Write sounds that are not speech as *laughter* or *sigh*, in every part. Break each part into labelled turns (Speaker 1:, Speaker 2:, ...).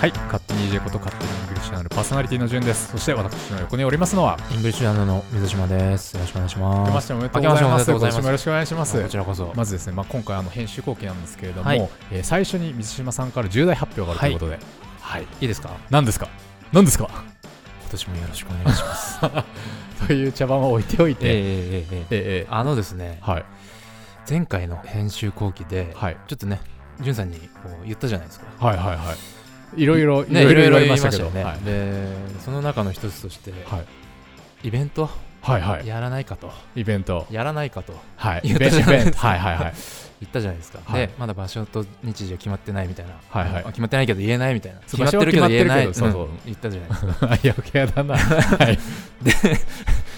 Speaker 1: はい、勝手に EJ こと勝手にイングリッシュなるパーソナリティの順です。そして私の横におりますのは、
Speaker 2: イングリッシュランドの水島です。よろしくお願いしま。
Speaker 1: 明けますしておめでとうございます。
Speaker 2: 明け
Speaker 1: 今年
Speaker 2: ましてお
Speaker 1: も
Speaker 2: め
Speaker 1: よろしくお願いしま
Speaker 2: こ
Speaker 1: す
Speaker 2: ち。らこそ。
Speaker 1: まずですね、まあ、今回あの編集後期なんですけれども、
Speaker 2: はい
Speaker 1: えー最初に水島さんから重大発表があるということで、はい、
Speaker 2: いいですか
Speaker 1: 何ですか何ですか *laughs*
Speaker 2: 今年もよろしくお願いします。
Speaker 1: という茶番を置いておい
Speaker 2: ええ
Speaker 1: て、
Speaker 2: ええええ
Speaker 1: ええ
Speaker 2: あのですね、
Speaker 1: はい、
Speaker 2: 前回の編集後期で、
Speaker 1: はい、
Speaker 2: ちょっとね、じゅんさんにこう言ったじゃないですか。
Speaker 1: はい、はい、はい。いろいろ、
Speaker 2: ね、いろいろ
Speaker 1: あ
Speaker 2: 言
Speaker 1: り
Speaker 2: い
Speaker 1: ま
Speaker 2: ま
Speaker 1: し
Speaker 2: したた
Speaker 1: け
Speaker 2: け
Speaker 1: ど
Speaker 2: どね。
Speaker 1: はい
Speaker 2: で、その中の一つとして、
Speaker 1: はい
Speaker 2: イベント
Speaker 1: はい、はい、
Speaker 2: やらないかと、
Speaker 1: イベント、
Speaker 2: やらないかと
Speaker 1: はい、
Speaker 2: 言ったじゃない
Speaker 1: イベント
Speaker 2: ですか
Speaker 1: はい、はい、
Speaker 2: *laughs*
Speaker 1: はい、
Speaker 2: 言ったじゃないですか。
Speaker 1: はい
Speaker 2: で、まだ場所と日時は決まってないみたいな。
Speaker 1: はいはい
Speaker 2: あ決まってないけど言えないみたいな。
Speaker 1: そ
Speaker 2: 決
Speaker 1: う
Speaker 2: まってるけど言えない。
Speaker 1: 場所は決まってるけどそうそう
Speaker 2: うん言ったじゃないですか。
Speaker 1: 余計だな。はい、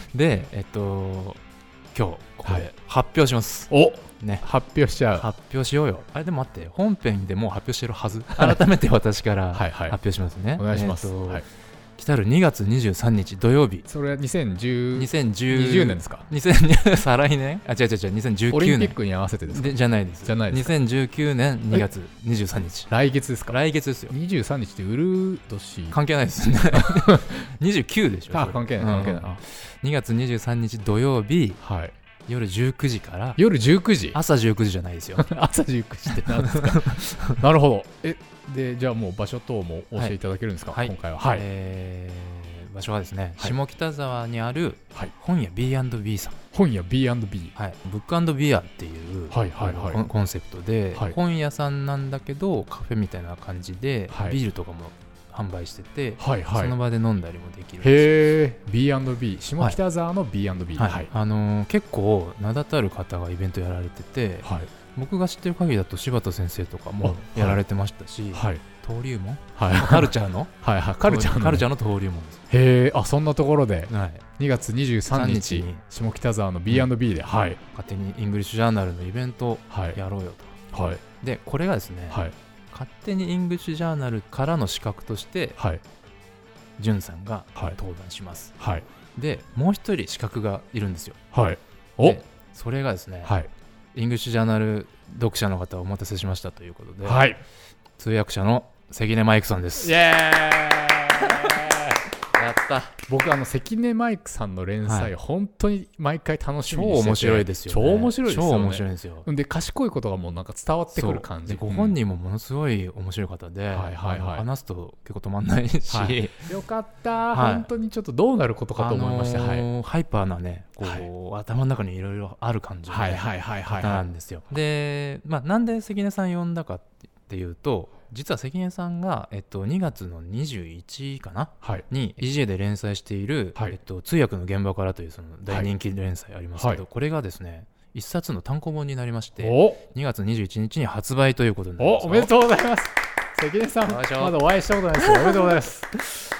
Speaker 2: *laughs* で、えっと、今日、ここ
Speaker 1: は
Speaker 2: で発表します。
Speaker 1: お
Speaker 2: ね。
Speaker 1: 発表しちゃう。
Speaker 2: 発表しようよ。あれでも待って、本編でもう発表してるはず。 *laughs* 改めて私から
Speaker 1: は
Speaker 2: 発
Speaker 1: い、はい、
Speaker 2: 表しますね。
Speaker 1: お願いします。
Speaker 2: えっと
Speaker 1: はい、
Speaker 2: 来たる2月23日土曜日、
Speaker 1: それは2010 20
Speaker 2: 2010
Speaker 1: 年ですか
Speaker 2: 2000 *laughs* 再来年あ、違う違う
Speaker 1: オリ
Speaker 2: 違う、2019
Speaker 1: ンピッ
Speaker 2: 年。
Speaker 1: クに合わせてですか
Speaker 2: でじゃないです。
Speaker 1: じゃないです
Speaker 2: 2019年2月23日。
Speaker 1: 来月ですか
Speaker 2: 来月ですよ。
Speaker 1: 23日ってウル年
Speaker 2: 関係ないです *laughs* ね。29でしょ。
Speaker 1: あ
Speaker 2: それ
Speaker 1: 関係ない関係ない
Speaker 2: うん2月23日土曜日、
Speaker 1: はい
Speaker 2: 夜19時から、
Speaker 1: 夜19時
Speaker 2: *laughs* 朝19時じゃないですよ。
Speaker 1: 朝19時って何ですか *laughs* なるほどえでじゃあもう場所等も教えていただけるんですか、
Speaker 2: はい
Speaker 1: 今回ははい、
Speaker 2: えー場所はですね、
Speaker 1: はい
Speaker 2: 下北沢にある
Speaker 1: はい
Speaker 2: 本屋 B&B さん、
Speaker 1: 本屋 B&B
Speaker 2: はい、ブックビアっていう、
Speaker 1: はいはいはい
Speaker 2: あのコンコンセプトで、
Speaker 1: はい
Speaker 2: 本屋さんなんだけどカフェみたいな感じで、
Speaker 1: はい
Speaker 2: ビールとかも販売してて、
Speaker 1: はいは
Speaker 2: そ
Speaker 1: い
Speaker 2: の
Speaker 1: へ
Speaker 2: 場で飲んだりもできるんですよ
Speaker 1: B&B 下北沢の B&B は
Speaker 2: はい
Speaker 1: いはい、
Speaker 2: あのー結構名だたる方がイベントやられてて僕が知ってる限りだと柴田先生とかも
Speaker 1: あ
Speaker 2: やられてましたし、
Speaker 1: はい
Speaker 2: 登竜門
Speaker 1: はい
Speaker 2: カルチャーの
Speaker 1: はいはいカルチャーの、
Speaker 2: カルチャーの登竜門です、
Speaker 1: へえあそんなところで
Speaker 2: はい、
Speaker 1: 2月23日
Speaker 2: 23日に
Speaker 1: 下北沢の B&B で、はい
Speaker 2: 勝手にイングリッシュジャーナルのイベントを
Speaker 1: はい
Speaker 2: やろうよと
Speaker 1: はい
Speaker 2: でこれがですね、
Speaker 1: はい
Speaker 2: 勝手にイングリッシュジャーナルからの資格として
Speaker 1: はい
Speaker 2: ジュンさんが
Speaker 1: はい
Speaker 2: 登壇します、
Speaker 1: はい
Speaker 2: でもう一人資格がいるんですよ
Speaker 1: はいお
Speaker 2: でそれがですね、
Speaker 1: はい
Speaker 2: イングリッシュジャーナル読者の方をお待たせしましたということで、
Speaker 1: はい
Speaker 2: 通訳者の関根マイクさんですや
Speaker 1: エ
Speaker 2: った
Speaker 1: *laughs* 僕あの関根マイクさんの連載、
Speaker 2: はい
Speaker 1: 本当に毎回楽し
Speaker 2: 超
Speaker 1: みにしてて
Speaker 2: 面白いですよ、ね、
Speaker 1: 超面白いですよね
Speaker 2: 超面白いですよ
Speaker 1: うんで賢いことがもうなんか伝わってくる感じ
Speaker 2: そうでご本人もものすごい面白い方で、
Speaker 1: はいはいはい
Speaker 2: あの話すと結構止まんないし、
Speaker 1: はいうんよかった、
Speaker 2: はい
Speaker 1: 本当にちょっとどうなることかと思いました、
Speaker 2: あ
Speaker 1: はい
Speaker 2: のーハイパーなねこう、頭の中にいろいろある感じのね
Speaker 1: はいはいはいはい
Speaker 2: な
Speaker 1: はい
Speaker 2: んですよ、で、まあ、なんで関根さん呼んだかっていうと実は関根さんが、えっと、2月の21かな
Speaker 1: はい
Speaker 2: に EJ で連載している、
Speaker 1: はい
Speaker 2: えっと、通訳の現場からというその大人気連載ありますけど、
Speaker 1: は
Speaker 2: これがですね一冊の単行本になりまして
Speaker 1: お
Speaker 2: 2月21日に発売ということになり
Speaker 1: お
Speaker 2: ます
Speaker 1: おめでとうございます関根さん
Speaker 2: よいしょ
Speaker 1: まだお会いしたことないですけどおめでとうございます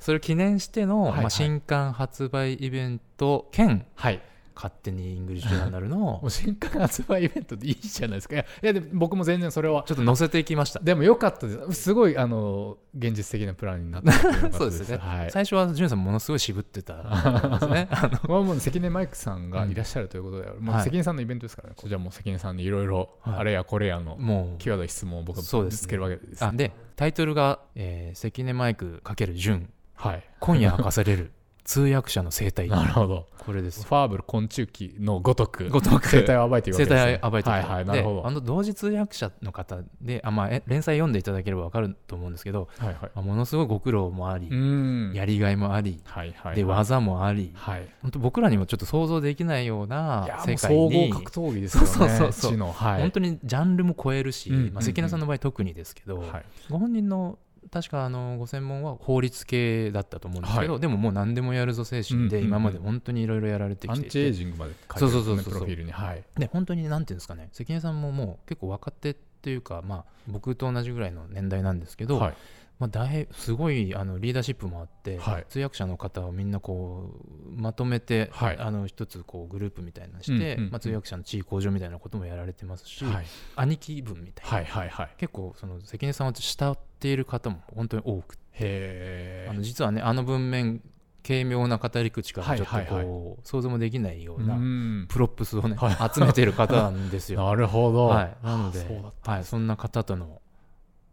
Speaker 2: それを記念しての、
Speaker 1: はいは
Speaker 2: ま
Speaker 1: い
Speaker 2: あ、新刊発売イベント兼
Speaker 1: はい
Speaker 2: 勝手にイングリッシュジャーナル
Speaker 1: *laughs*
Speaker 2: の
Speaker 1: もう新刊発売イベントでいいじゃないですか。いや、いやでも僕も全然それは。
Speaker 2: ちょっと載せていきました
Speaker 1: でも良かったです。すごい、あの、現実的なプランになっててよかった
Speaker 2: *laughs* そうですね
Speaker 1: はい。
Speaker 2: 最初はジュンさんものすごい渋ってたんです
Speaker 1: *laughs*
Speaker 2: ねあの
Speaker 1: これはもう関根マイクさんがいらっしゃるということで、もう
Speaker 2: はい
Speaker 1: 関根さんのイベントですからね。じゃあもう関根さんにいろいろ、
Speaker 2: はい
Speaker 1: あれやこれやの、
Speaker 2: もう
Speaker 1: 際どい質問を僕は
Speaker 2: そう
Speaker 1: ぶ
Speaker 2: ですね
Speaker 1: つけるわけです。
Speaker 2: あでタイトルが、えー関根マイク×潤
Speaker 1: はい。
Speaker 2: 今夜明かさ
Speaker 1: *laughs*
Speaker 2: れる通訳者の生態
Speaker 1: なるほど。
Speaker 2: これです
Speaker 1: ファーブル昆虫記のごとく、
Speaker 2: ごとく
Speaker 1: 生態を暴いていくわ
Speaker 2: 生
Speaker 1: けです、
Speaker 2: 態
Speaker 1: ね。
Speaker 2: を暴いてきた
Speaker 1: はいはい、なるほ
Speaker 2: であ
Speaker 1: ど。
Speaker 2: の同時通訳者の方であ、まあ、え連載読んでいただければ分かると思うんですけど、
Speaker 1: はいはい。
Speaker 2: まあものすごいご苦労もあり
Speaker 1: う、ん。
Speaker 2: やりがいもあり、
Speaker 1: はいはい。
Speaker 2: で技もあり
Speaker 1: はい。
Speaker 2: 本当僕らにもちょっと想像できないよう
Speaker 1: いや
Speaker 2: な
Speaker 1: も
Speaker 2: 世
Speaker 1: う
Speaker 2: 界
Speaker 1: 総合
Speaker 2: に
Speaker 1: 格闘技ですよね。
Speaker 2: そうそうそう
Speaker 1: 知のはい。
Speaker 2: 本当にジャンルも超えるし、
Speaker 1: うんうんうん
Speaker 2: まあ、関根さんの場合特にですけど、
Speaker 1: はい、
Speaker 2: ご本人の確かあのご専門は法律系だったと思うんですけど、でももう何でもやるぞ精神で、
Speaker 1: うんうんうん
Speaker 2: 今まで本当にいろいろやられて
Speaker 1: ア
Speaker 2: き
Speaker 1: ン
Speaker 2: てい
Speaker 1: チエイ
Speaker 2: て
Speaker 1: ジングまで書いてる
Speaker 2: そうそうそうそう
Speaker 1: プロフィールにはい
Speaker 2: で本当になんていうんですかね関根さんももう結構若手っていうか、まあ、僕と同じぐらいの年代なんですけど、
Speaker 1: はい
Speaker 2: まあ、だいすごいあのリーダーシップもあって、
Speaker 1: はい
Speaker 2: 通訳者の方をみんなこうまとめて、
Speaker 1: はい
Speaker 2: あの一つこうグループみたいなのして、
Speaker 1: うんうんうん
Speaker 2: まあ、通訳者の地位向上みたいなこともやられてますし、
Speaker 1: はい
Speaker 2: 兄貴分みたいな、
Speaker 1: はいはいはい
Speaker 2: 結構その関根さんを慕っている方も本当に多くて、
Speaker 1: へ
Speaker 2: あ
Speaker 1: え
Speaker 2: の実はねあの文面軽妙な語り口からちょっとこう、
Speaker 1: はいはい
Speaker 2: 想像もできないよ
Speaker 1: う
Speaker 2: うな、
Speaker 1: ん
Speaker 2: プロップスをね、
Speaker 1: は
Speaker 2: 集めてる方なんですよ。
Speaker 1: *laughs* なるほど、
Speaker 2: はい、なので
Speaker 1: そうだっ、
Speaker 2: はい、そんな方との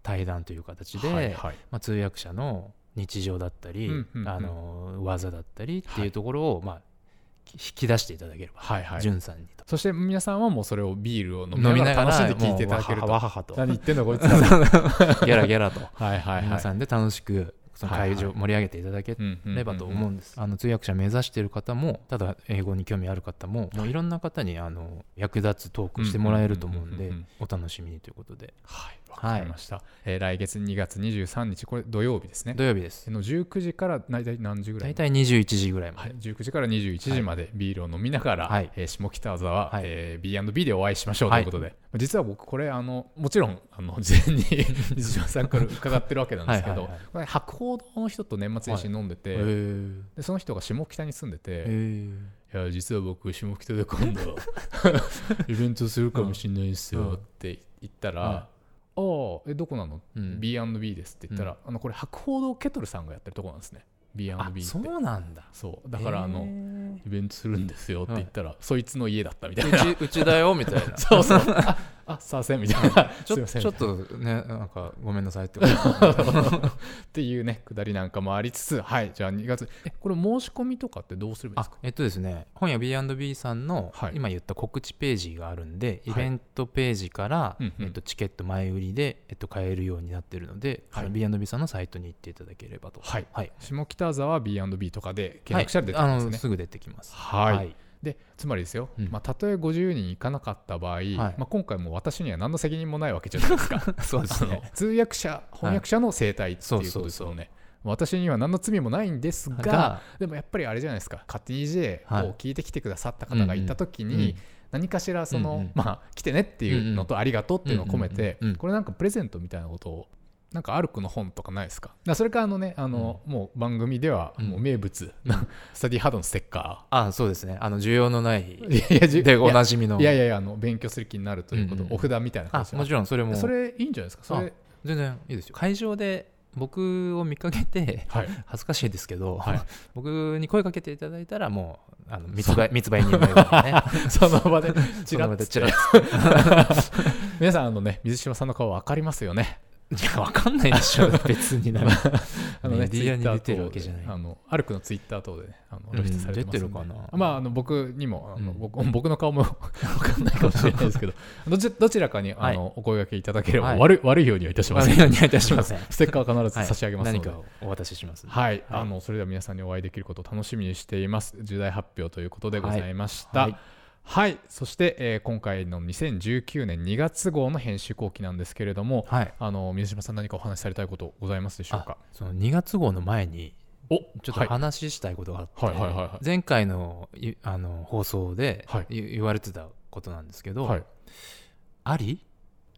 Speaker 2: 対談という形で、
Speaker 1: はいはい
Speaker 2: まあ、通訳者の日常だったり、
Speaker 1: うんうんうん
Speaker 2: あの技だったりっていうところを、まあ、き引き出していただければ、
Speaker 1: はいはい
Speaker 2: じゅんさんにと
Speaker 1: そして皆さんはもうそれをビールを飲み
Speaker 2: 飲み
Speaker 1: な
Speaker 2: な
Speaker 1: が
Speaker 2: が
Speaker 1: ら
Speaker 2: ら
Speaker 1: 楽しんで聞いていただける
Speaker 2: も
Speaker 1: と
Speaker 2: うわははは
Speaker 1: *laughs*
Speaker 2: と
Speaker 1: 何言ってんのこいつ
Speaker 2: *laughs*
Speaker 1: らは
Speaker 2: ギャラギャラと
Speaker 1: いはいは
Speaker 2: 皆
Speaker 1: い
Speaker 2: さんで楽しくその会場
Speaker 1: はい
Speaker 2: 盛り上げていただければと思うんです、あの通訳者目指している方もただ英語に興味ある方ももういろんな方にあの役立つトークしてもらえると思うん
Speaker 1: うんうん
Speaker 2: で
Speaker 1: うんうん
Speaker 2: お楽しみにということで
Speaker 1: はいわかりました、えー来月2月23日これ土曜日ですね
Speaker 2: 土曜日です
Speaker 1: の19時から大体何時ぐらい
Speaker 2: 大体21時ぐらいま
Speaker 1: は
Speaker 2: で、
Speaker 1: い、19時から21時までビールを飲みながら、
Speaker 2: はい
Speaker 1: えー下北沢、
Speaker 2: はい
Speaker 1: えー B&B でお会いしましょうと
Speaker 2: はい
Speaker 1: いうことで、実は僕これあのもちろんあの事
Speaker 2: *laughs*
Speaker 1: 前に西島さんから伺ってるわけなんですけど
Speaker 2: はいはいはい
Speaker 1: これ白鳳堂の人と年末年始飲んでて、
Speaker 2: えー
Speaker 1: でその人が下北に住んでて、
Speaker 2: えー
Speaker 1: いや実は僕下北で今
Speaker 2: *laughs*
Speaker 1: 度イベントするかもしれないんです
Speaker 2: うん
Speaker 1: よって言ったら、
Speaker 2: うん
Speaker 1: ああえどこなの、
Speaker 2: うん
Speaker 1: B&B ですって言ったら、あのこれ白鳳堂ケトルさんがやってるとこなんですね B&B
Speaker 2: あ
Speaker 1: って
Speaker 2: そ
Speaker 1: そう
Speaker 2: うなんだ
Speaker 1: だからあの、
Speaker 2: え
Speaker 1: イベントするんですよって言ったら、そいつの家だったみたいな。
Speaker 2: *laughs* ーうちうちだよみた *laughs* いな
Speaker 1: *laughs* そうそう。あ、あすいませんみたいな。す
Speaker 2: ち
Speaker 1: い
Speaker 2: ょ
Speaker 1: ません
Speaker 2: ちょっとねなんかごめんなさいってこと
Speaker 1: っていうね、くだりなんかもありつつ、はい、じゃあ2月。え、これ申し込みとかってどうすればいいです
Speaker 2: あ
Speaker 1: か
Speaker 2: えっとですね本屋 B&B さんの
Speaker 1: はい
Speaker 2: 今言った告知ページがあるんで、
Speaker 1: はい
Speaker 2: イベントページから、
Speaker 1: うんうん
Speaker 2: えっと、チケット前売りで、えっと、買えるようになってるので、
Speaker 1: はい
Speaker 2: あの B&B さんのサイトに行っていただければと
Speaker 1: はい
Speaker 2: はい
Speaker 1: 下北沢 B&B とかで検索したら出てき
Speaker 2: はい
Speaker 1: ま
Speaker 2: あ
Speaker 1: す
Speaker 2: の
Speaker 1: ね。
Speaker 2: すぐ出てきます
Speaker 1: はい
Speaker 2: はい
Speaker 1: で、つまりですよ、
Speaker 2: うん
Speaker 1: まあ、たとえ50人いかなかった場合、まあ、今回もう私には何の責任もないわけじゃないですか。
Speaker 2: *laughs* そうですね
Speaker 1: あ *laughs* の通訳者、翻訳者の生態っていうことですよね。
Speaker 2: そうそうそ
Speaker 1: 私には何の罪もないんですが
Speaker 2: が
Speaker 1: でもやっぱりあれじゃないですか勝手に DJ
Speaker 2: はい
Speaker 1: を聞いてきてくださった方がいた時に何かしらその、
Speaker 2: うんうん
Speaker 1: まあ来てねっていうのとありがとうっていうのを込めて、
Speaker 2: うんうんうんうん
Speaker 1: これなんかプレゼントみたいなことをなんかアルクの本とかないですかだからそれからあのねあの、もう番組ではもう名物、スタディハードのステッカ
Speaker 2: あそうですねあの需要のない
Speaker 1: ーいやいや
Speaker 2: でおな
Speaker 1: じ
Speaker 2: じみの
Speaker 1: いやいやいやあの勉強する気になるということ、
Speaker 2: うんうん
Speaker 1: お札みたいな感
Speaker 2: あ
Speaker 1: じ
Speaker 2: もちろんそれも
Speaker 1: それいいんじゃないですかそれ
Speaker 2: 全然いいですよ会場で僕を見かけて
Speaker 1: はい
Speaker 2: 恥ずかしいですけど、
Speaker 1: はい
Speaker 2: *laughs* 僕に声かけていただいたらもうあの密売密売人のようなね
Speaker 1: *laughs* その場でチ
Speaker 2: *laughs* その
Speaker 1: ラッ
Speaker 2: 場で
Speaker 1: と
Speaker 2: チラッ
Speaker 1: 皆さんあのね水島さんの顔分かりますよね *laughs*
Speaker 2: いや、わかんないでしょ、 *laughs* 別にな。
Speaker 1: あのね、
Speaker 2: メディアに
Speaker 1: Twitter
Speaker 2: 出てるわけじゃない
Speaker 1: 等であの、アルクのツイッター等でね、あの
Speaker 2: う
Speaker 1: 露
Speaker 2: ん
Speaker 1: 出されてますんで、
Speaker 2: 出てるかな
Speaker 1: まあ、あの僕にも、あの
Speaker 2: うん
Speaker 1: 僕 *laughs* 僕の顔もわかんないかもしれないですけ
Speaker 2: *laughs*
Speaker 1: ど、どちどちらかにあの、お声掛けいただければ、
Speaker 2: はい
Speaker 1: 悪い悪いようにはいたしません。
Speaker 2: 悪いようにはいたしません
Speaker 1: *laughs* ステッカーは必ず差し上げますの
Speaker 2: 何
Speaker 1: で。
Speaker 2: か
Speaker 1: はい
Speaker 2: をお渡しします。
Speaker 1: あのそれでは皆さんにお会いできることを楽しみにしています重大発表ということでございました、
Speaker 2: はい
Speaker 1: はい、そして、えー今回の2019年2月号の編集後期なんですけれども、
Speaker 2: はい。
Speaker 1: あの水島さん何かお話しされたいことございますでしょうか
Speaker 2: あその2月号の前に、
Speaker 1: お
Speaker 2: ちょっと話したいことがあって、
Speaker 1: はいはいはいはいはい
Speaker 2: 前回のいあの放送で、
Speaker 1: はい
Speaker 2: い言われてたことなんですけど、
Speaker 1: はい、
Speaker 2: あり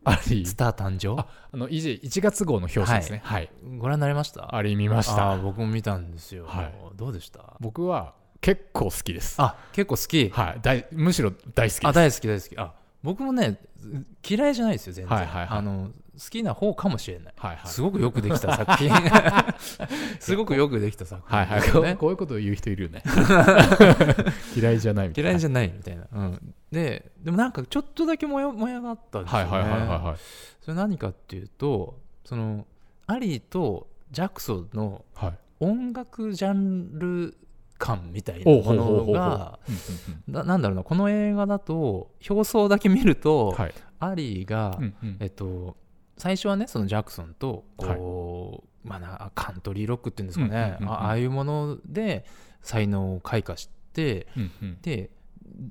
Speaker 1: ア
Speaker 2: *laughs*
Speaker 1: リ
Speaker 2: スター誕生
Speaker 1: ああの以前1月号の表紙ですねはい、
Speaker 2: ご覧になりました
Speaker 1: アリ見まし
Speaker 2: あ
Speaker 1: た
Speaker 2: ー僕も見たんですよ。
Speaker 1: はい
Speaker 2: どうでした
Speaker 1: 僕は結構好きです
Speaker 2: あ、結構好き。
Speaker 1: はい大むしろ大好き
Speaker 2: あ
Speaker 1: です
Speaker 2: 大好き大好きあ僕もね嫌いじゃないですよ全然、
Speaker 1: はいはいはい
Speaker 2: あの好きな方かもしれない、
Speaker 1: はいはい
Speaker 2: すごくよくできた作品
Speaker 1: *laughs*
Speaker 2: すごくよくできた作
Speaker 1: はい
Speaker 2: 品
Speaker 1: は
Speaker 2: で
Speaker 1: い
Speaker 2: すよ
Speaker 1: こ
Speaker 2: ね、
Speaker 1: うこういうことを言う人いるよ
Speaker 2: *laughs*
Speaker 1: ね嫌いじゃないみたいな
Speaker 2: 嫌いじゃないみたいな、うん、ででもなんかちょっとだけもやもやがあったんですよ
Speaker 1: はい
Speaker 2: ね、
Speaker 1: はいはいはいはい
Speaker 2: それ何かっていうとそのアリーとジャクソンの
Speaker 1: はい
Speaker 2: 音楽ジャンル感みたいな
Speaker 1: おう
Speaker 2: も
Speaker 1: ほうほうほう
Speaker 2: のが
Speaker 1: うんうん
Speaker 2: ななんだろうなこの映画だと表層だけ見ると、
Speaker 1: うんはい
Speaker 2: アリーが、
Speaker 1: うんうん
Speaker 2: えっと、最初はねそのジャクソンとこう、まあなカントリーロックっていうんですかね、
Speaker 1: うんうんうんうん
Speaker 2: あああいうもので才能を開花して
Speaker 1: うんうん
Speaker 2: で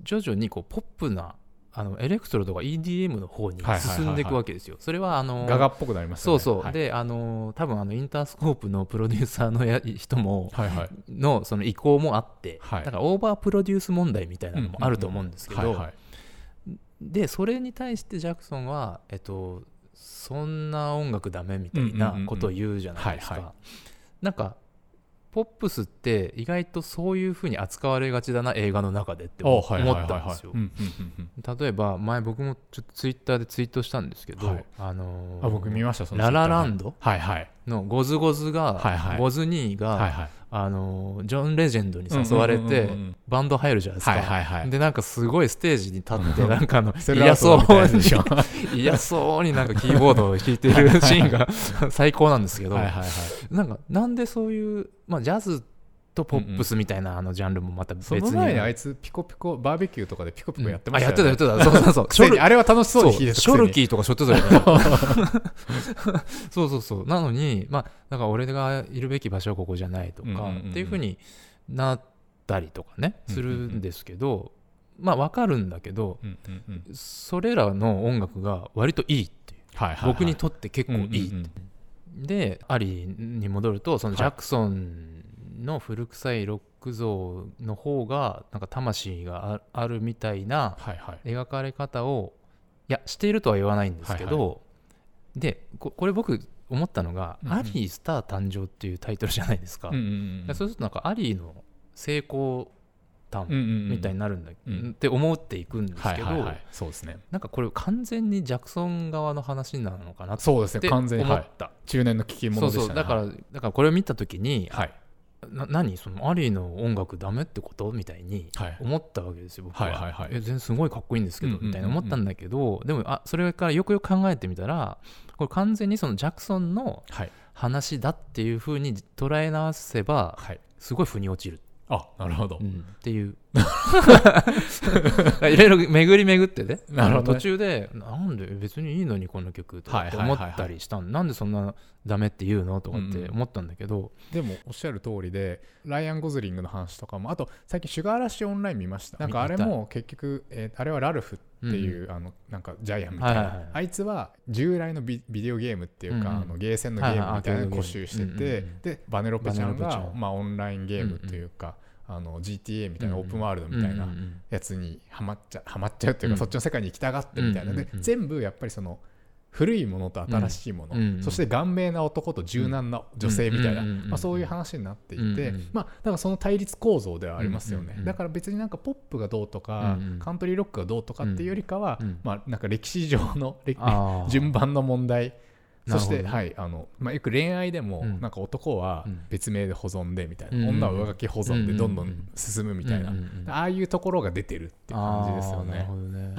Speaker 2: 徐々にこうポップなあのエレクトロとか EDM の方に進んでいくわけですよ。それはあの
Speaker 1: ガガっぽくなりますよ
Speaker 2: そ
Speaker 1: ね
Speaker 2: うそう、
Speaker 1: はい
Speaker 2: であの多分あのインタースコープのプロデューサーのや人も
Speaker 1: はいはい
Speaker 2: のその意向もあって、
Speaker 1: はい
Speaker 2: だからオーバープロデュース問題みたいなのもあると思うんですけど、
Speaker 1: はいはい
Speaker 2: でそれに対してジャクソンは、えっと、そんな音楽ダメみた
Speaker 1: うん
Speaker 2: い
Speaker 1: うんうんう
Speaker 2: なんことを言うじゃないですか、
Speaker 1: はいは
Speaker 2: なんかポップスって意外とそういうふうに扱われがちだな映画の中でって思
Speaker 1: お
Speaker 2: 思
Speaker 1: はいはいはい
Speaker 2: ったんですよ
Speaker 1: はいうんうんうん
Speaker 2: 例えば前僕もちょっとツイッターでツイートしたんですけど、
Speaker 1: はい
Speaker 2: あの
Speaker 1: うんあ僕見
Speaker 2: ま
Speaker 1: ましたその
Speaker 2: ララランド
Speaker 1: はいはい
Speaker 2: のゴズゴズが、
Speaker 1: はいはい
Speaker 2: ゴズ兄が、
Speaker 1: はいはい
Speaker 2: あのジョン・レジェンドに誘われて、
Speaker 1: うんうんうんうん
Speaker 2: バンド入るじゃないですか、
Speaker 1: はいはいはい
Speaker 2: でなんかすごいステージに立っ
Speaker 1: *laughs*
Speaker 2: て
Speaker 1: うん
Speaker 2: なんかあの
Speaker 1: セルア
Speaker 2: 嫌
Speaker 1: ウト
Speaker 2: そう
Speaker 1: みたいなやつでしょ
Speaker 2: に
Speaker 1: はい
Speaker 2: 嫌そうになんかキーボードを弾いてるシーンが最高なん *laughs* ですけど、
Speaker 1: はいはい
Speaker 2: なんかなんでそういう、まあ、ジャズとポップスみたいなあのジャンルもまた別
Speaker 1: そ
Speaker 2: に、
Speaker 1: の前にあ
Speaker 2: い
Speaker 1: いつピコピコバーベキューとかでピコピコやって
Speaker 2: あ
Speaker 1: まし
Speaker 2: や
Speaker 1: た
Speaker 2: ってたや
Speaker 1: よ
Speaker 2: っ
Speaker 1: ね
Speaker 2: てたそうそうそう
Speaker 1: くせに
Speaker 2: ショル
Speaker 1: あれは楽し *laughs* そうに
Speaker 2: そうシ
Speaker 1: 弾いてたくせ
Speaker 2: ョ
Speaker 1: に
Speaker 2: ルキーとかしょってたよね
Speaker 1: *laughs*
Speaker 2: そうそうそうなのにまあだから俺がいるべき場所はここじゃないとか、
Speaker 1: うんうんうんうん
Speaker 2: っていうふうになったりとかね
Speaker 1: うん
Speaker 2: す
Speaker 1: うん
Speaker 2: る
Speaker 1: うん
Speaker 2: んですけど、まあわかるんだけど
Speaker 1: うんうんうん
Speaker 2: それらの音楽が割といいっていう
Speaker 1: はいはいはい
Speaker 2: 僕にとって結構いいっていう
Speaker 1: うんうんうん
Speaker 2: でアリーに戻るとその
Speaker 1: はい
Speaker 2: ジャクソンの古臭いロック像の方がなんか魂がああるみたいな
Speaker 1: はいはい
Speaker 2: 描かれ方をいやしているとは言わないんですけど、
Speaker 1: は
Speaker 2: でここれ僕思ったのが
Speaker 1: う
Speaker 2: 「
Speaker 1: んうん
Speaker 2: アリースター誕生」っていうタイトルじゃないですか、
Speaker 1: うんうんうん
Speaker 2: でそうするとなんかアリーの成
Speaker 1: う
Speaker 2: 功
Speaker 1: ん
Speaker 2: 譚
Speaker 1: うんうん
Speaker 2: みたいになるんだ、
Speaker 1: うん
Speaker 2: って思っていくんです
Speaker 1: は
Speaker 2: け
Speaker 1: い
Speaker 2: ど、
Speaker 1: はいはいそうですね
Speaker 2: なんかこれ完全にジャクソン側の話なのかなって
Speaker 1: そうですね
Speaker 2: 思
Speaker 1: 完全に、は
Speaker 2: っ
Speaker 1: い、
Speaker 2: た。
Speaker 1: 中年の聞き
Speaker 2: そ
Speaker 1: 物
Speaker 2: う
Speaker 1: でし
Speaker 2: そ
Speaker 1: た
Speaker 2: う
Speaker 1: ね
Speaker 2: だからだからこれを見た時に
Speaker 1: はい
Speaker 2: な何そのアリーの音楽ダメってことみたいに
Speaker 1: はい
Speaker 2: 思ったわけですよ僕は,、
Speaker 1: はいはいはい
Speaker 2: え全然すごいかっこいいんですけど
Speaker 1: うんうんうんうん
Speaker 2: みたいな思ったんだけど、でもあそれからよくよく考えてみたらこれ完全にそのジャクソンの
Speaker 1: はい
Speaker 2: 話だっていうふうに捉え直せば
Speaker 1: はい
Speaker 2: すごい腑に落ちる、
Speaker 1: あなるほど、
Speaker 2: うんっていう *laughs* いろいろ巡り巡ってね
Speaker 1: なるほどね
Speaker 2: あの途中でなんで別にいいのにこの曲とかって思ったりしたんなんでそんなダメって言うのとかって思ったんだけど、
Speaker 1: でもおっしゃる通りでライアン・ゴズリングの話とかもあと最近シュガーラッシュオンライン見ましたなんかあれも結局、えーあれはラルフっていう、あのなんかジャイアンみたいな、
Speaker 2: はいはいはい
Speaker 1: あいつは従来のビビデオゲームっていうか、
Speaker 2: うんうん
Speaker 1: あのゲーセンのゲームみたいなのを
Speaker 2: はいはい
Speaker 1: 固集してて、
Speaker 2: アーケードゲームうんうんうん
Speaker 1: でバネロッペちゃん
Speaker 2: バネロ
Speaker 1: が
Speaker 2: ッペちゃん
Speaker 1: まあ、オンラインゲームっていうか、あの GTA みたいなオープンワールドみたいな
Speaker 2: うんうんうん
Speaker 1: やつにはまっちゃはまっちゃうっていうか、
Speaker 2: うん
Speaker 1: そっちの世界に行きたがってみたいな、
Speaker 2: うんうん
Speaker 1: で
Speaker 2: うん
Speaker 1: 全部やっぱりその古いものと新しいもの、
Speaker 2: うんうん
Speaker 1: そして顔面な男と柔軟な女性みたいな、
Speaker 2: うんうんうんうん
Speaker 1: まあ、そういう話になっていて、
Speaker 2: うんうん
Speaker 1: まあ、だからその対立構造ではありますよね、
Speaker 2: うんうんうん
Speaker 1: だから別になんかポップがどうとか、
Speaker 2: うんうん
Speaker 1: カントリーロックがどうとかっていうよりかは、
Speaker 2: うん
Speaker 1: まあ、なんか歴史上の歴
Speaker 2: あー
Speaker 1: 順番の問題
Speaker 2: な
Speaker 1: そし
Speaker 2: るほ
Speaker 1: て、
Speaker 2: ど
Speaker 1: はいあのまあ、よく恋愛でも、
Speaker 2: うん
Speaker 1: なんか男は
Speaker 2: うん
Speaker 1: 別名で保存でみたいな、
Speaker 2: うんうん
Speaker 1: 女は上書き保存でどんど
Speaker 2: うんうんん
Speaker 1: 進むみたいな、
Speaker 2: うんうんうん
Speaker 1: ああいうところが出てるっていう感じですよ
Speaker 2: あーなる
Speaker 1: ね
Speaker 2: ほ。どね。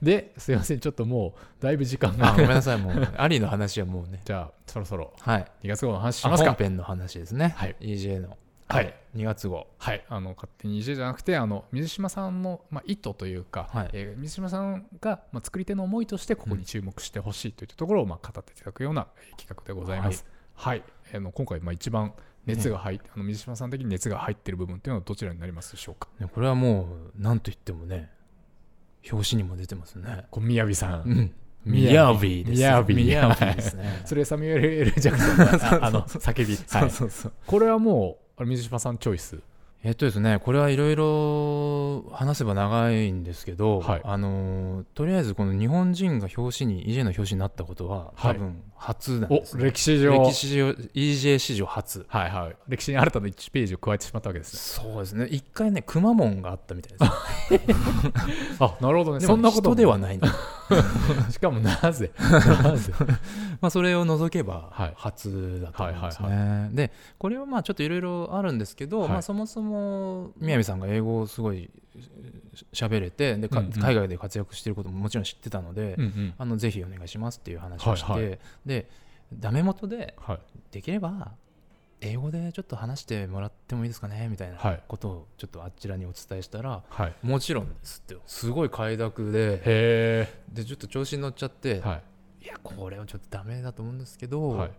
Speaker 1: ですいませんちょっともうだいぶ時間が
Speaker 2: あごめんなさい、もう、アリーの話はもうね。
Speaker 1: *laughs* じゃあそろそろ
Speaker 2: はい。
Speaker 1: 2月号の話し
Speaker 2: あ
Speaker 1: ます
Speaker 2: 本
Speaker 1: か。
Speaker 2: 編の話ですね。
Speaker 1: はい
Speaker 2: EJ の。
Speaker 1: はい。
Speaker 2: 2月号。
Speaker 1: はい、あの勝手に EJ じゃなくてあの水島さんの、まあ、意図というか、
Speaker 2: はい
Speaker 1: えー水島さんが、まあ、作り手の思いとしてここに注目してほしいといったところを、まあ、語っていただくようなえー企画でございます。はい、えーの今回、まあ、一番熱が入って、あの水島さん的に熱が入っている部分というのはどちらになりますでしょうか。
Speaker 2: ねこれはもう、なんと言ってもね、表紙にも出てますね。
Speaker 1: こうみやびさん、
Speaker 2: うん。
Speaker 1: み
Speaker 2: み
Speaker 1: や
Speaker 2: や
Speaker 1: び
Speaker 2: びです。
Speaker 1: みやび
Speaker 2: みやびですね。
Speaker 1: それサミュエル・ L ・ジャクソンのああの叫び、
Speaker 2: そ *laughs*
Speaker 1: は
Speaker 2: う
Speaker 1: い、
Speaker 2: そうそう。
Speaker 1: これはもうあれ水島さんチョイス。
Speaker 2: えっとですね、これはいろいろ話せば長いんですけど、
Speaker 1: はい
Speaker 2: あのーとりあえずこの日本人が表紙に EJ の表紙になったことは、
Speaker 1: はい
Speaker 2: 多分初なん
Speaker 1: お
Speaker 2: です、ね、
Speaker 1: 歴史上
Speaker 2: 歴史上 EJ 史上初
Speaker 1: はいはい、歴史に新たな1ページを加えてしまったわけですね。
Speaker 2: そうですね一回ねくまモンがあったみたいです
Speaker 1: あなるほどね、
Speaker 2: でも
Speaker 1: そんなこと
Speaker 2: 人
Speaker 1: も
Speaker 2: ではないの
Speaker 1: しかもなぜなぜ
Speaker 2: まあそれを除けば
Speaker 1: はい
Speaker 2: 初だと思うんですね、
Speaker 1: はい
Speaker 2: でこれはまあちょっといろいろあるんですけど、
Speaker 1: はい
Speaker 2: まあ、そもそも宮部さんが英語をすごいししゃべれてで、か
Speaker 1: うんうん
Speaker 2: 海外で活躍していることももちろん知ってたので、
Speaker 1: うんうん
Speaker 2: あのぜひお願いしますっていう話をして、
Speaker 1: はい
Speaker 2: でダメ元で
Speaker 1: はい
Speaker 2: できれば英語でちょっと話してもらってもいいですかねみたいな
Speaker 1: はい
Speaker 2: ことをちょっとあちらにお伝えしたら、
Speaker 1: はいへ
Speaker 2: もちろんですってすごい快諾で
Speaker 1: え
Speaker 2: でちょっと調子に乗っちゃって、、
Speaker 1: はい
Speaker 2: やこれはちょっとダメだと思うんですけど、
Speaker 1: はいい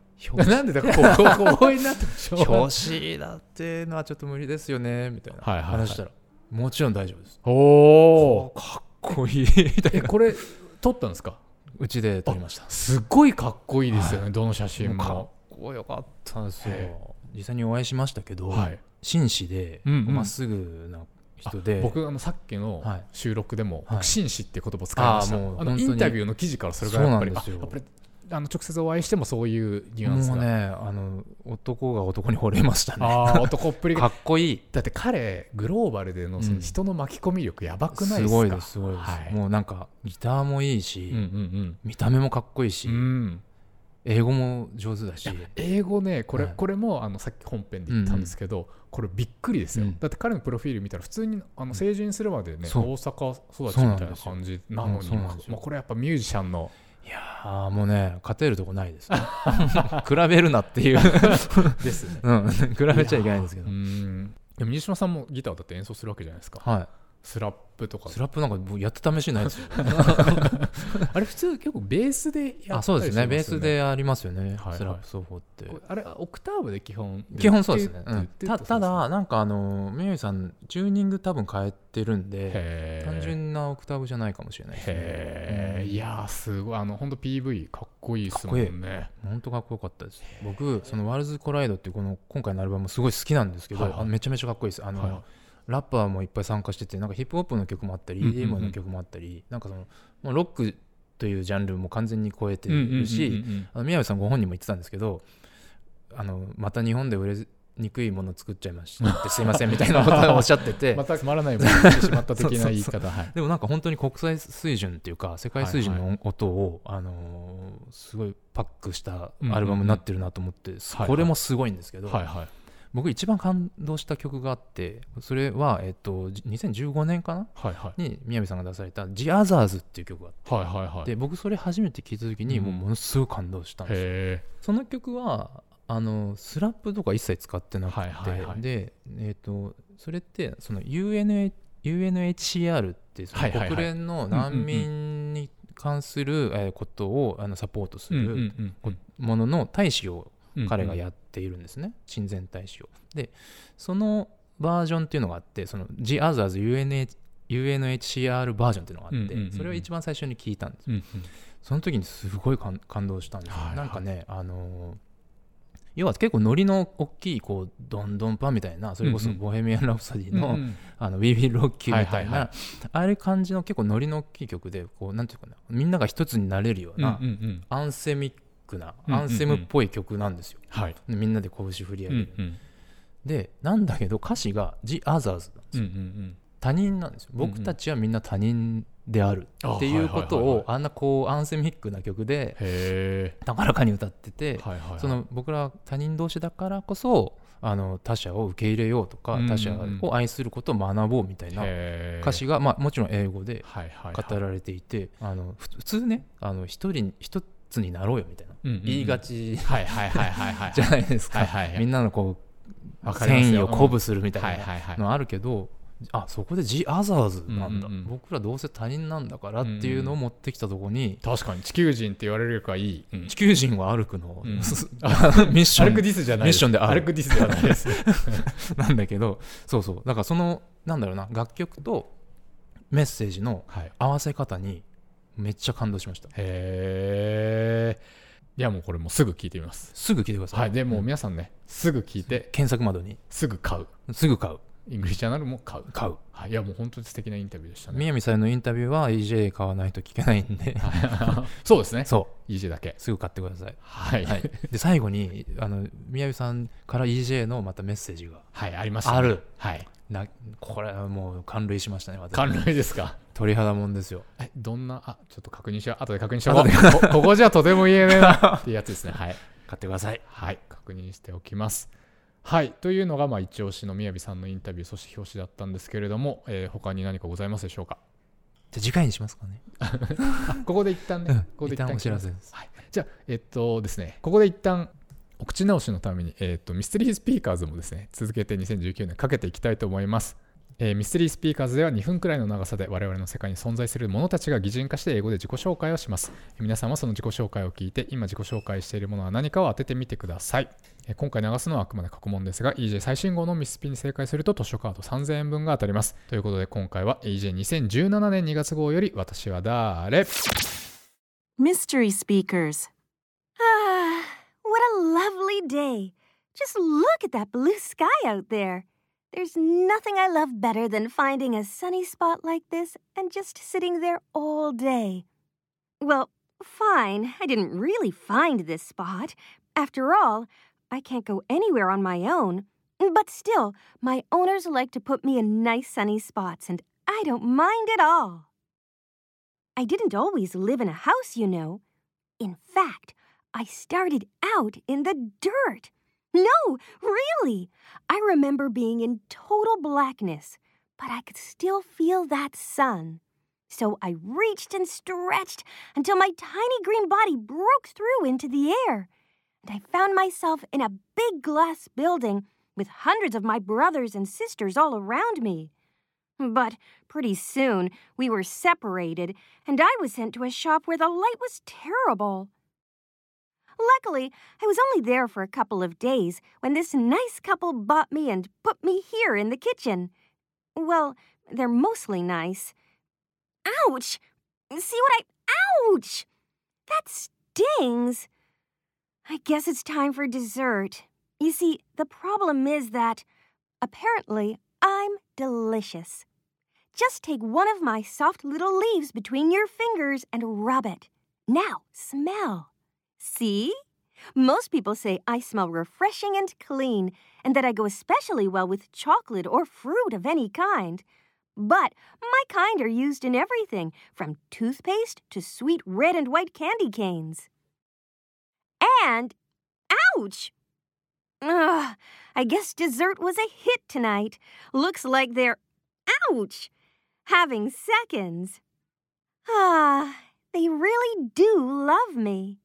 Speaker 1: *laughs*
Speaker 2: 表 *laughs*
Speaker 1: なんでだからこうこうこうになってもしょう *laughs* が
Speaker 2: 紙
Speaker 1: ない
Speaker 2: 表紙だってのはちょっと無理ですよねみたいな
Speaker 1: はいはいはい
Speaker 2: 話したら、もちろん大丈夫です
Speaker 1: おお *laughs*
Speaker 2: おかっこいい *laughs* みた
Speaker 1: え
Speaker 2: いな
Speaker 1: これ撮ったんですか
Speaker 2: うちで撮りました
Speaker 1: すっごいかっこいいですよね、どの写真
Speaker 2: もうかっ
Speaker 1: も
Speaker 2: こよかったんです
Speaker 1: へ
Speaker 2: よ実際にお会いしましたけど、
Speaker 1: はい
Speaker 2: 紳士で
Speaker 1: うんうん
Speaker 2: まっすぐな人で、
Speaker 1: 僕あのさっきの
Speaker 2: はい
Speaker 1: 収録でも「
Speaker 2: はい
Speaker 1: 僕紳士」っていう言葉を使いました
Speaker 2: あーもう
Speaker 1: あの
Speaker 2: 本
Speaker 1: イ
Speaker 2: 当に
Speaker 1: ンタビューの記事からそれがやっぱり
Speaker 2: そうなん
Speaker 1: あ
Speaker 2: ですよ
Speaker 1: やっぱりあの直接お会いしてもそういうニュアンス
Speaker 2: もう
Speaker 1: が、
Speaker 2: ねあの男が男に惚れましたね
Speaker 1: あ
Speaker 2: *laughs*
Speaker 1: あ男っぷり
Speaker 2: か
Speaker 1: が
Speaker 2: っこいい
Speaker 1: だって彼グローバルでのその人の巻き込み力やばくない
Speaker 2: す
Speaker 1: ですか、
Speaker 2: ごいですすごいです、
Speaker 1: はい
Speaker 2: もうなんかギターもいいし、
Speaker 1: うんうん
Speaker 2: 見た目もかっこいいし、
Speaker 1: うんうん
Speaker 2: 英語も上手だし
Speaker 1: 英語ねこれ,、
Speaker 2: はい
Speaker 1: これもあのさっき本編で言ったんですけど、これびっくりですよ、
Speaker 2: うん
Speaker 1: だって彼のプロフィール見たら普通にあの成人するまでね、
Speaker 2: そう
Speaker 1: 大阪育ちみたいな感じなのに
Speaker 2: そうなんですようんそうなんですよ
Speaker 1: まあこれやっぱミュージシャンの
Speaker 2: いやーもうね *laughs* 勝てるとこないです比べるなっていう、
Speaker 1: ですね
Speaker 2: うん、比べちゃいけないんですけ
Speaker 1: う
Speaker 2: ど
Speaker 1: んでも西島さんもギターだって演奏するわけじゃないですか
Speaker 2: は
Speaker 1: スラップとか
Speaker 2: いスラップなんかもうやった試しないですよ
Speaker 1: あれ普通結構ベースでやったり
Speaker 2: あそうで
Speaker 1: し
Speaker 2: すね
Speaker 1: ますよ
Speaker 2: ベースでありますよね、
Speaker 1: はい
Speaker 2: スラップ奏法って
Speaker 1: これあれオクターブで基本
Speaker 2: 基本そうですね、
Speaker 1: うん
Speaker 2: たただなんかあのみゆいさんチューニング多分変えてるんで
Speaker 1: へー
Speaker 2: 単純なオクターブじゃないかもしれないです
Speaker 1: へ
Speaker 2: ね
Speaker 1: え、いやーすごいあの本当 PV かっこいいですもんね
Speaker 2: 本当かっこよかったです僕そのワールズコライドっていうこの今回のアルバムすごい好きなんですけど、
Speaker 1: はいはい
Speaker 2: あのめちゃめちゃかっこいいですあの、
Speaker 1: はい
Speaker 2: ラッパーもいっぱい参加しててなんかヒップホップの曲もあったり
Speaker 1: うんうんうん
Speaker 2: EDM の曲もあったり、なんかそのもうロックというジャンルも完全に超えて
Speaker 1: うんうんうんうん
Speaker 2: るし、あの宮部さんご本人も言ってたんですけどあのまた日本で売れにくいもの作っちゃいましたってすいませんみたいなことをおっしゃってて
Speaker 1: またつまらないものになってしまった的な言い
Speaker 2: そう
Speaker 1: 方はい
Speaker 2: でもなんか本当に国際水準っていうか世界水準の音を、あのーすごいパックしたアルバムになってるなと思って、
Speaker 1: はい
Speaker 2: これもすごいんですけど、
Speaker 1: はいはい
Speaker 2: 僕一番感動した曲があってそれは、えっと2015年かな
Speaker 1: はいはい
Speaker 2: に宮部さんが出された「The Others」っていう曲があって。
Speaker 1: はいはいはい
Speaker 2: で僕それ初めて聴いた時に
Speaker 1: うん
Speaker 2: もうものすごい感動したんですよ、
Speaker 1: へ
Speaker 2: その曲はあのスラップとか一切使ってなくて、
Speaker 1: はいはいはい
Speaker 2: で、えー、とそれってその UNH UNHCR ってその
Speaker 1: はいはいはい
Speaker 2: 国連の難民に関するえーことをあのサポートす
Speaker 1: えうん
Speaker 2: る
Speaker 1: うんうん
Speaker 2: ものの大使を
Speaker 1: うん
Speaker 2: 彼がやっているんですね、親善大使を。でそのバージョンっていうのがあってその The Others UNH UNHCR バージョンっていうのがあって、
Speaker 1: うんうんうんうん
Speaker 2: それを一番最初に聞いたんです
Speaker 1: うんうん
Speaker 2: その時にすごい感感動したんですよ、
Speaker 1: はいはい
Speaker 2: なんかねあのー要は結構ノリの大きいこうどんどんパンみたいなそれこそ
Speaker 1: うんうん
Speaker 2: ボヘミアン・ラプソディ
Speaker 1: うん
Speaker 2: の「
Speaker 1: うん
Speaker 2: あの We Will Rock You」
Speaker 1: はい
Speaker 2: みたい
Speaker 1: はいは
Speaker 2: なああいう感じの結構ノリの大きい曲でこうなんていうかなみんなが一つになれるような
Speaker 1: うんうんうん
Speaker 2: アンセミックな
Speaker 1: うんうんうん
Speaker 2: アンセムっぽい曲なんですよ、
Speaker 1: はい
Speaker 2: みんなで拳振り上
Speaker 1: う
Speaker 2: げ
Speaker 1: んう
Speaker 2: る、
Speaker 1: ん
Speaker 2: でなんだけど歌詞が「The Others」なんですよ
Speaker 1: うんうんうん
Speaker 2: 他人なんですよ
Speaker 1: うんうん
Speaker 2: 僕たちはみんな他人であるっていうこと
Speaker 1: あはいはいはいはい
Speaker 2: をあんなこうアンセミックな曲で
Speaker 1: へ
Speaker 2: 高らかに歌ってて、
Speaker 1: えはいはいはい
Speaker 2: その僕らは他人同士だからこそあの他者を受け入れようとか、
Speaker 1: うんうん
Speaker 2: 他者を愛することを学ぼうみたいな
Speaker 1: へえ
Speaker 2: 歌詞が、まあ、もちろん英語で
Speaker 1: はいはいはい
Speaker 2: 語られていて、あのふ普通ねあの一人一つになろうよみたいな、
Speaker 1: うんうんうん
Speaker 2: 言いがち
Speaker 1: はいはいはいはいはい
Speaker 2: じゃないですか、
Speaker 1: はいはいはい
Speaker 2: みんなのこ
Speaker 1: わ
Speaker 2: う
Speaker 1: かりますよ
Speaker 2: 繊維を鼓舞するみた
Speaker 1: はいい
Speaker 2: な
Speaker 1: はいはい
Speaker 2: のあるけどあそこで「The Others」なんだ、
Speaker 1: うんうんうん
Speaker 2: 僕らどうせ他人なんだからっていうのを持ってきたとこに、
Speaker 1: 確かに地球人って言われるよりかはいい、うん
Speaker 2: 地球人は歩くの、
Speaker 1: うん
Speaker 2: *laughs* ミッシ
Speaker 1: ア
Speaker 2: ョ
Speaker 1: ルク
Speaker 2: ン
Speaker 1: ディスじゃない
Speaker 2: ミッションである
Speaker 1: アルクディスではないです
Speaker 2: *laughs* なんだけどそうそうだからそのなんだろうな楽曲とメッセージの
Speaker 1: はいへ
Speaker 2: 合わせ方にめっちゃ感動しました
Speaker 1: えいやもうこれもうすぐ聞いてみます
Speaker 2: すぐ聞いてください、
Speaker 1: はいでもうん皆さんねすぐ聞いて
Speaker 2: 検索窓に
Speaker 1: すぐ買う
Speaker 2: すぐ買う
Speaker 1: イングリッシュジャーナルも買う
Speaker 2: 買う
Speaker 1: はい、いやもう本当に素敵なインタビューでしたね
Speaker 2: 宮見さんのインタビューは EJ 買わないと聞けないんで
Speaker 1: *laughs* そうですね
Speaker 2: そ
Speaker 1: EJ だけ
Speaker 2: うすぐ買ってください、
Speaker 1: はいは
Speaker 2: はいい、で最後にあの宮見さんから EJ のまたメッセージが
Speaker 1: ありましたね
Speaker 2: ある
Speaker 1: はい
Speaker 2: なこれはもう感涙しましたね
Speaker 1: *laughs*
Speaker 2: 私
Speaker 1: 関連ですか
Speaker 2: 鳥肌もんですよ
Speaker 1: えどんなあちょっと確認しよう後で確認しようこここじゃとても言えねえなっていうやつですねはい
Speaker 2: 買ってください
Speaker 1: はい、確認しておきます。はい、というのが、まあ、一押しの宮城さんのインタビュー、そして表紙だったんですけれども、えー他に何かございますでしょうか。
Speaker 2: じゃあ次回にしますかね
Speaker 1: ここで一旦
Speaker 2: うん
Speaker 1: ね、ここで
Speaker 2: 一旦お知らせです
Speaker 1: はい、じゃあ、えっとですね、ここで一旦お口直しのために、えっと、ミステリースピーカーズもですね、続けて2019年かけていきたいと思います。えーミステリースピーカーズでは2分くらいの長さで我々の世界に存在する者たちが擬人化して英語で自己紹介をします。皆さんはその自己紹介を聞いて、今自己紹介しているものは何かを当ててみてください。えー今回流すのはあくまで過去問ですが、EJ 最新号のミスピに正解すると図書カード3000円分が当たります。ということで今回は EJ2017 年2月号より私は誰
Speaker 3: Mystery Speakers.
Speaker 4: Ah, what a lovely day. Just look at that blue sky out there. There's nothing I love better than finding a sunny spot like this and just sitting there all day. Well, fine, I didn't really find this spot. After all, I can't go anywhere on my own. But still, my owners like to put me in nice sunny spots, and I don't mind at all. I didn't always live in a house, you know. In fact, I started out in the dirt. No, really. I remember being in total blackness, but I could still feel that sun. So I reached and stretched until my tiny green body broke through into the air. And I found myself in a big glass building with hundreds of my brothers and sisters all around me. But pretty soon we were separated, and I was sent to a shop where the light was terrible. Luckily, I was only there for a couple of days when this nice couple bought me and put me here in the kitchen. Well, they're mostly nice. Ouch! See what I. Ouch! That stings! I guess it's time for dessert. You see, the problem is that, apparently, I'm delicious. Just take one of my soft little leaves between your fingers and rub it. Now, smell. See? Most people say I smell refreshing and clean, and that I go especially well with chocolate or fruit of any kind. But my kind are used in everything, from toothpaste to sweet red and white candy canes. And, ouch! Ugh, I guess dessert was a hit tonight. Looks like they're, ouch, having seconds. Ah, they really do love me.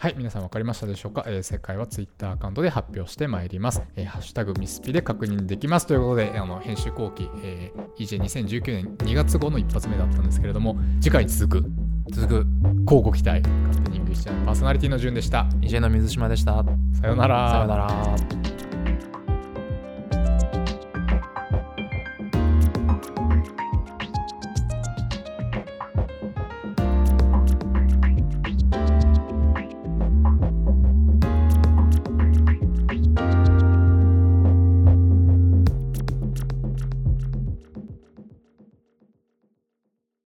Speaker 1: はい、皆さん分かりましたでしょうか、えー正解は Twitter アカウントで発表してまいります。えーハッシュタグミスピで確認できます。ということで、あの編集後期、えー、EJ2019 年2月号の一発目だったんですけれども、次回に続く、
Speaker 2: 続く
Speaker 1: 交互期待、カスティングシチャンパーソナリティの順でした。
Speaker 2: EJ の水島でした
Speaker 1: さようなら。
Speaker 2: さようなら